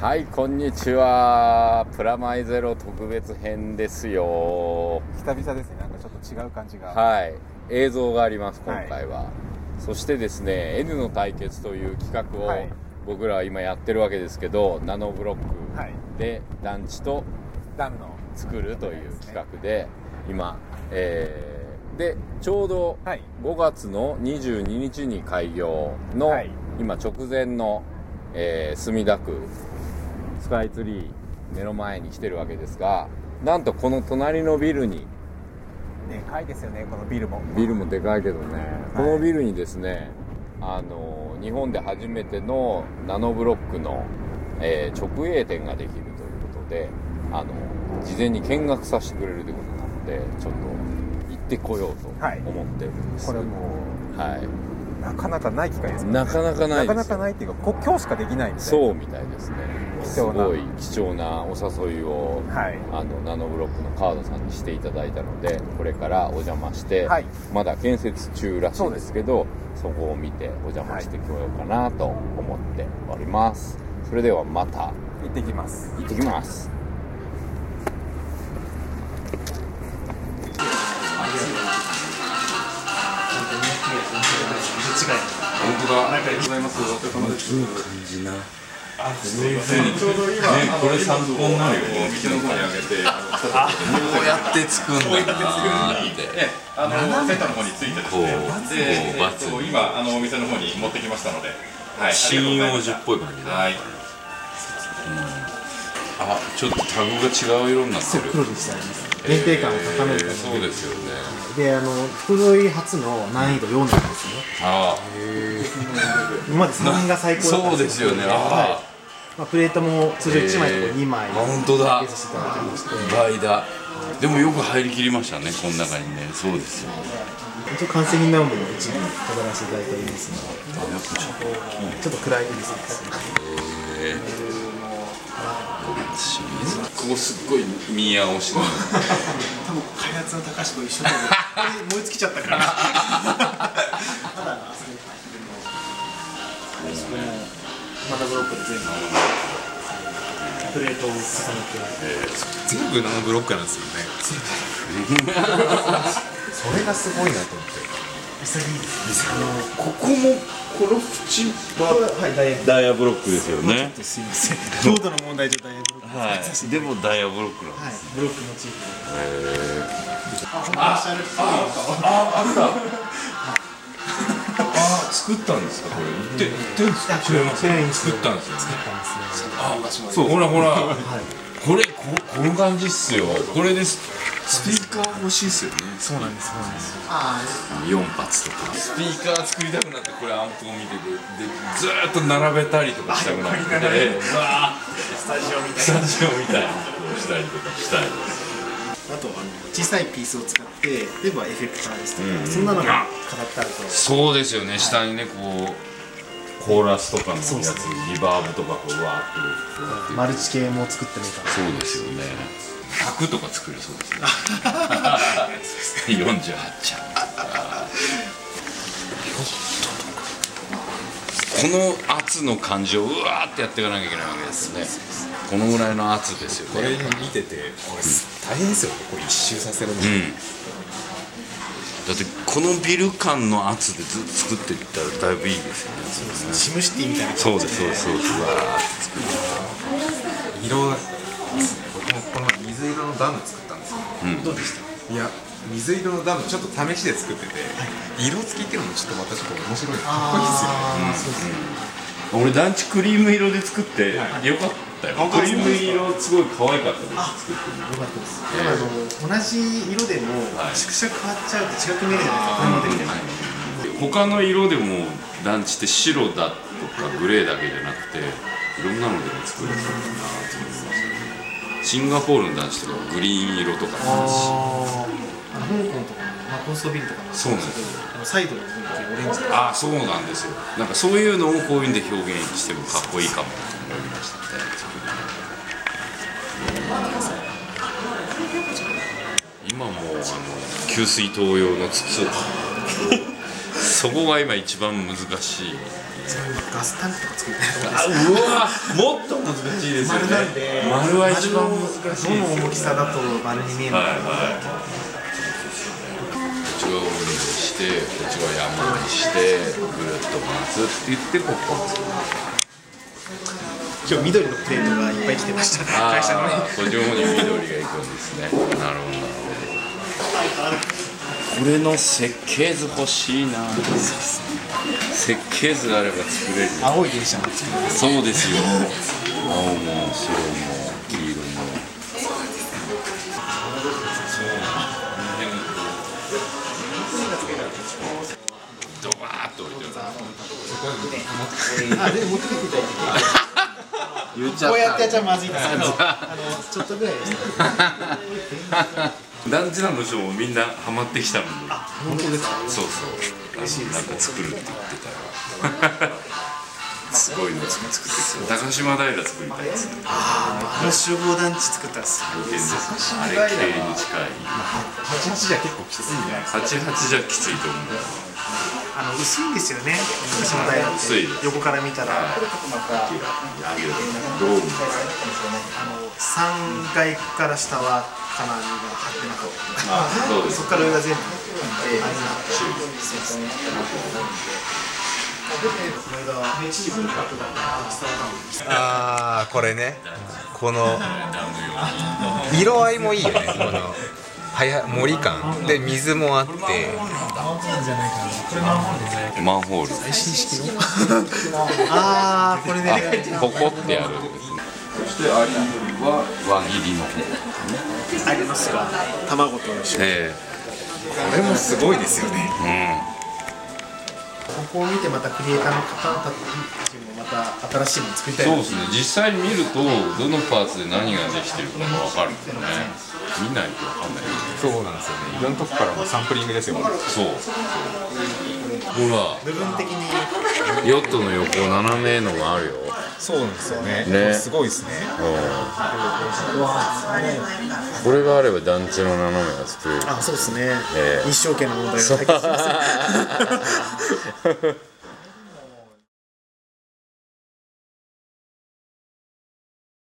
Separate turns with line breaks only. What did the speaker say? はいこんにちはプラマイゼロ特別編ですよ
久々ですねなんかちょっと違う感じが、
はい映像があります今回は、そしてですね N の対決という企画を
はい
僕らは今やってるわけですけど、ナノブロッ
はい
クで団地と
ダムの
作るという企画で今、えーでちょうど
はい
5月の22日に開業の、
はい
今直前の、えー墨田区スカイツリー目の前に来てるわけですがなんとこの隣のビルに
でかいですよねこのビルも
ビルもでかいけどね、このビルにですねあの日本で初めてのナノブロックの、えー直営店ができるということであの事前に見学させてくれるということなのでちょっと行ってこようと
はい
思ってるんです、
これも
はい、
うなかなかない機会ですもんね
なかなかないですよ
なかなかないっていうかこ今日しかできないみたいな
そうみたいですねす
貴重な
ごい貴重なお誘いを
はい
あのナノブロックのカードさんにしていただいたのでこれからお邪魔して、
はい
まだ建設中らしいんですけどそこを見てお邪魔してこようかなと思っております、それではまた
行ってきます
行ってきます
なんかありがとうございます。お疲れ様です。あ、すいません。ちょうど今、
これ参考になるよ
お店の方にあげて、あの、
こうやって作るんだなーって
ええ、あの、センターの方についてです
こう
ね。で、え
こうバツ
っと今、あの、お店の方に持ってきましたので。はい。
針葉樹っぽ
い。
い感じだ
はい。
あちょっとタグが違う色になってる
黒にしてあります限定感を高めるた
えー
め
そう
に、
ですよね
であの袋井初の難易度4なんですね
あ
今まで3が最
あ
高だった
そ
ん
うですよねあ
はいまあ、プレートも通常1枚のとこ2枚
えー本当だ
入れさせていただいてまして
あ倍だでもよく入りきりましたねこの中にねそうですよ
一応完成品なものを一部飾らせていただいております
あ
の
やっぱちょっと
でちょっと暗いですね
えーシリーズここすっごい見合押しの
多分開発の高橋と一緒で燃え尽きちゃったからまだなそれこれもマナブロックで全部プレートを重ねて
全部ナノブロックなんですよねそれがすごいなと思って
潔いですね
ここもこの縁
あのはいダイヤ
ダイヤブロックですよね
すいません強度の問題でダイヤブロックを使ってさせ
で
て
もダイヤブロックなの
はいブロックモチーフ
作ったんですかこれ売って売ってるんですか違います
違います
作ったんですよね
だったんですね
そうほらほら、これここの感じっすよこれですスピーカー欲しいっすよね
そうなんですそうなんです
4発とかスピーカー作りたくなってこれアンプを見ててでずーっと並べたりとかしたくなってうわースタジオみたいなスタジオみたいなことをしたりとかしたいです
あとあの小さいピースを使って例えばエフェクターですとかそんなのが飾ってあると
そうですよね下にねこうコーラスとかのやつにリバーブとかこううわーって
マルチ系も作ってもいいかな
そうですよね。100とか作れそうですね。48ちゃん。この圧の感じをうわーってやっていかなきゃいけないわけですね。このぐらいの圧ですよ
これ
ね。
見ててこれ大変ですよねこれ一周させるの、
うん。だってこのビル間の圧でずっと作っていったらだいぶいいですよね。
シムシティみたいな
そうですそうですそうです。うわーって作る。
色がですね僕もこの前水色のダム作ったんですよ、どうでしたいや水色のダムちょっと試しで作ってて、色付きっていうのもちょっとまたちょっと面白いなかっこいいですよね
ああそうですね
俺団地クリーム色で作ってよかったよ。クリーム色すごい可愛かったです。
よかったですだからあの同じ色でも縮尺変わっちゃうと違く見えるじゃないですかこれまでみたいな
他の色でも団地って白だとかグレーだけじゃなくていろんなのでも作れそうだなと思いましたシンガポールの団地とかはグリーン色とかもあるし
ああの香港とかの、まあ、コンソビルとかの
そうなんです
あのサイドの部分だけオレンジとか
ああそうなんですよなんかそういうのをこういうんで表現してもかっこいいかもと思いましたね今もうあの給水塔用の筒をす そこが今一番難しい
そういうガスタンクとか作りたいところで
あ
す
うわもっと難しいですよね
丸なんで
丸は一番難しいですよ
どの大きさだと丸に見えるの
はい
か
はいこっちが海にしてこっちが山にしてぐるっと回すって言ってここ
今日緑のプレートがいっぱい来てました
あ
会社のね
あこっちの方に緑が行くんですねなるほどなるほどこれの設計図欲しいな設計図あれば作れる
青い電車も作ります
そうですよ青も白も黄色もそうドバーッと置いてる
あで持って帰っていただいて
言っち
こうやって
た
やっちゃまずいんですけどあのちょっとぐらいですね
団地団の人もみんなハマってきたので
本当ですか
そうそうあのなんか作るって言ってたらすごいの作ってきた高島平作りたいですね
あの集合団地作ったんです
大変ですあれ系に近い
88じゃ結構きついんじゃない
88じゃきついと思う
あの薄いんですよね高島平っ
薄いです
て横から見たらあ
ドーム
の3階から下は金網が張ってなかった
あそうです
そこから上が全部あれになって
修理
この間明治部の方が秋沢さん
ああこれねこの色合いもいいよねこのはや森感で水もあって
マンホール
ああこれね
ポコってやるんですねそしてアリは輪切りの
ありますか卵と一緒
え
これもすごいですよね
ここを見てまたクリエイターの方たちもまた新しいもの作り
え
たい
そう
な
ですね実際に見るとどのパーツで何ができてるかが分かるんだよね見ないと分かんない
そうなんですよねいろんなとこからもうサンプリングですよ
そうほら
部分的に
ヨットの横斜めのがあるよ
そうなんですよね
ね
これすごいですね
これがあれば団地の斜めが作れる
あそうですね、
ええ
日照権の問題が解決しますね